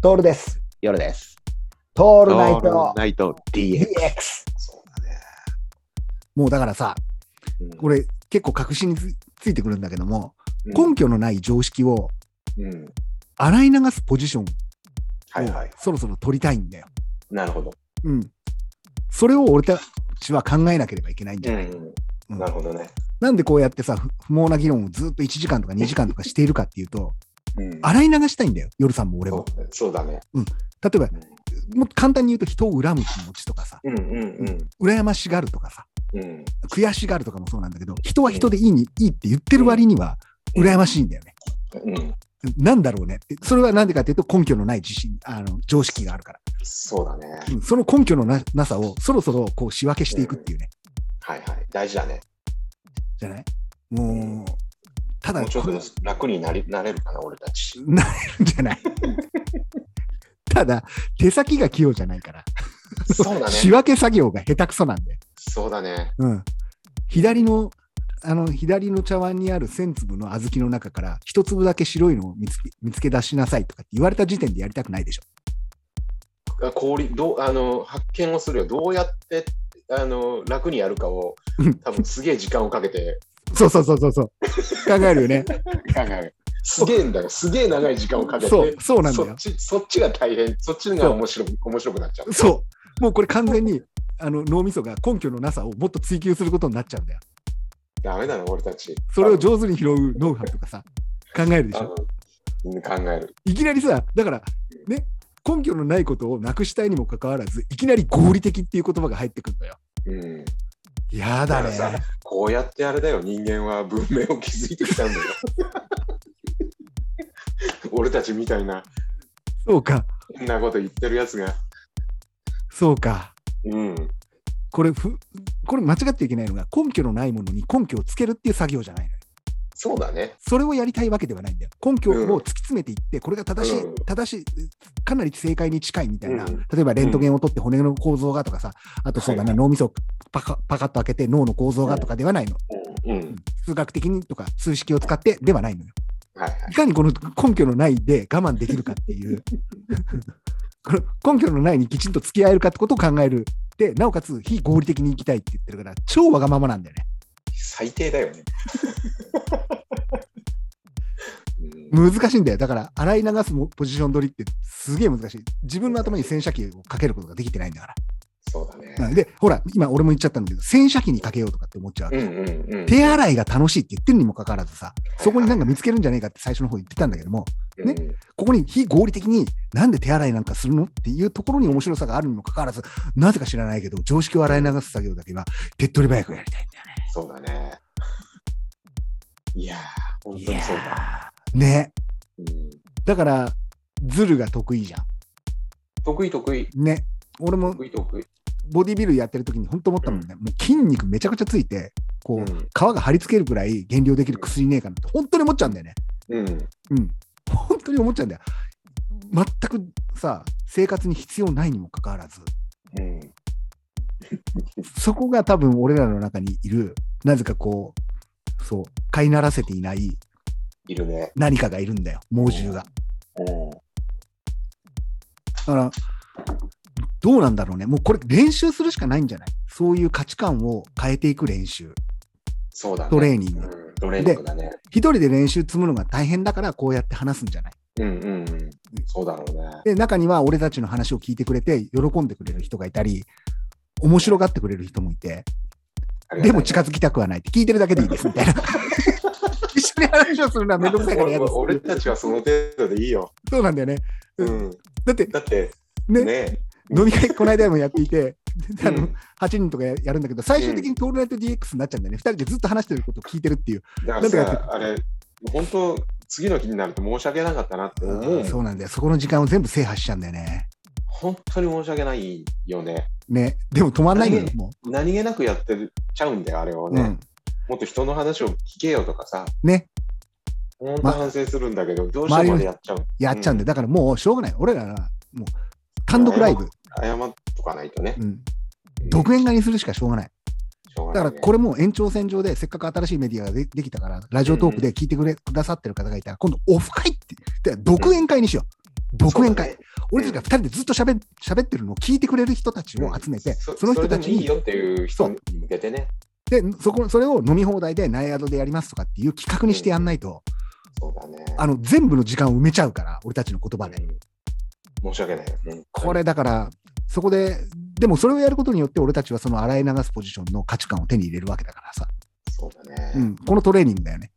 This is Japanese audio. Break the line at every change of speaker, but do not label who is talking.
トールです。
夜です。
ト
オ
ールナイト
ナイト DX。
DX。
そうだね。
もうだからさ、
うん
これ結構確信につついてくるんだけども、
うん
根拠のない常識を
うん
洗い流すポジションを
はいはい。
そろそろ取りたいんだよ。
なるほど。
うん。それを俺たちは考えなければいけないんじゃない、
うんなるほどね。
なんでこうやってさ、不不毛な議論をずっと1時間とか2時間とかしているかっていうと、
うん
洗い流したいんだよ、夜さんも俺
そ
も。
うそうだね。
例えば、もっと簡単に言うと人を恨む気持ちとかさ、
うんうん
羨ましがるとかさ、
うん。うん。
悔しがるとかもそうなんだけど、人は人でいいに、いいって言ってる割には、羨ましいんだよね。
うん。
なんだろうねって。それはなんでかっていうと、根拠のない自信、あの、常識があるから。
そうだね。
うんその根拠のななさを、そろそろこう仕分けしていくっていうね。
はいはい。大事だね。
じゃないもう、ただ、
もうちょっ
ことれ
楽になりなれるかな、俺たち。
なれるんじゃない ただ、手先が器用じゃないから、
そうだ
仕
ね。
分け作業が下手くそなんで。
そうだね。
うん。左の、あの、左の茶碗にある1000粒の小豆の中から、一粒だけ白いのを見つけ見つけ出しなさいとかって言われた時点でやりたくないでしょ。
あ氷どうあの発見をするよ。どうやってあの楽にやるかを
うん
多分すげえ時間をかけ て
そうそうそうそうそう。考えるよ ね。
考える。すげえんだよ。すげえ長い時間をかけて。
そう、そうなんだ
そっ
よ。
ちそっちが大変、そっちが面白く面白くなっちゃう。
そう。もうこれ完全に、あの、脳みそが根拠のなさをもっと追求することになっちゃうんだよ。
ダメだな、俺たち。
それを上手に拾うノウハウとかさ、考えるでし
あ
ょ。
のうん考える。
いきなりさ、だから、ね、根拠のないことをなくしたいにもかかわらず、いきなり合理的っていう言葉が入ってくるんだよ。
うん、
やだ
だから
ね
さ。こうやってあれだよ、人間は文明を築いてきたんだよ。 俺たちみたいな、
そうか、
こんなこと言ってるやつが。
そうか。
うん、
これふ、これ間違っちゃいけないのが、根拠のないものに根拠をつけるっていう作業じゃないのよ。
そうだね。
それをやりたいわけではないんだよ。根拠を突き詰めていって、これが正しい、
うん
正しい、かなり正解に近いみたいな、
うん
例えばレントゲンを取って骨の構造がとかさ、あとそうだな、
はい
脳みそをパカパカッと開けて脳の構造がとかではないの。
うん、
う
う
ん
ん、
数学的にとか数式を使ってではないのよ。
はいはい
いかにこの根拠のないで我慢できるかっていう、 この根拠のないにきちんと付き合えるかってことを考える。で、なおかつ非合理的に生きたいって言ってるから、超わがままなんだよね。
最低だよね。 うん
難しいんだよ。だから、洗い流すもポジション取りってすげえ難しい。自分の頭に洗車機をかけることができてないんだか
そうだ
ら。
ね。
うんで、ほら、今俺も言っちゃったんだけど、洗車機にかけようとかって思っちゃうわ
う
け。
ん、うん、うん。
手洗いが楽しいって言ってるにもかかわらずさ、そこになんか見つけるんじゃねえかって最初の方言ってたんだけども、ね
うん
ここに非合理的になんで手洗いなんかするのっていうところに面白さがあるにもかかわらず、なぜか知らないけど、常識を洗い流す作業だけは手っ取り早くやりたいんだよね。
そうだね。いやー、本当にそうだ。
いやーね。
うん
だから、ズルが得意じゃ
得意得意
ん。ね。俺も
得意得意、
ボディビルやってる時に本当思ったもんね、もう筋肉めちゃくちゃついて、こう、
うん
皮が張り付けるくらい減量できる薬ねえかなって、本当に思っちゃうんだよね。
うん、
うん。本当に思っちゃうんだよ。全くさ、生活に必要ないにもかかわらず、
うん、
そこが多分俺らの中にいる、なぜかこう、そう、飼いならせていない
いるね、
何かがいるんだよ、猛獣が。
うん、
だから、どうなんだろうね。もうこれ練習するしかないんじゃないそういう価値観を変えていく練習。
そうだね
トレーニング
うん、トレーニングだね
一人で練習積むのが大変だから、こうやって話すんじゃない
うんうんうんそうだろうね
で、中には俺たちの話を聞いてくれて、喜んでくれる人がいたり、面白がってくれる人もいて、
ありがたいね
でも近づきたくはないって聞いてるだけでいいですみ たいな。一緒に話をするのはめんどくさいから嫌です。
俺俺たちはその程度でいいよ、
そうなんだよね。
うん、
だって、
だって
ね
ね
飲み会、この間もやってい て、であ
う
の
ん
8人とかややるんだけど、最終的にトールナイト DX になっちゃうんだよね。2人でずっと話してることを聞いてるっていう。
だか
なん
ら
でかって
さあれ本当次の日になると申し訳なかったなって思う
そうなんだよ。そこの時間を全部制覇しちゃうんだよね。
本当に申し訳ないよね
ね。でも止まんないんだよ
ね、
も
何気なくやってちゃうんだよあれを
う。う
ね、
ん。
もっと人の話を聞けよとかさ
ね。
本当
ま
反省するんだけど、どうしてもまでやっちゃう
やっちゃうんだよ。だからもうしょうがない。俺らは、もう、単独ライブ、
謝っとかないとね。
うん、独演会にするしかしょうがない。
しょう
だか
がな
ら
いね
これも延長線上でせっかく新しいメディアがでできたから、ラジオトークで聞いてくれ、くださってる方がいたら、今度オフ会って、で独演会にしよう。独演会。
そう
俺たちが2人でずっと喋喋ってるのを聞いてくれる人たちを集めて、その人たち
それでもいい
に
よっていう人に向けてね。
でそこそれを飲み放題でナイアドでやりますとかっていう企画にしてやんないと、
そうだね。
あの全部の時間を埋めちゃうから俺たちの言葉で。
うん申し訳ないよね。
これだから、そこで、でもそれをやることによって、俺たちはその洗い流すポジションの価値観を手に入れるわけだからさ、
そうだね。
うん、このトレーニングだよね。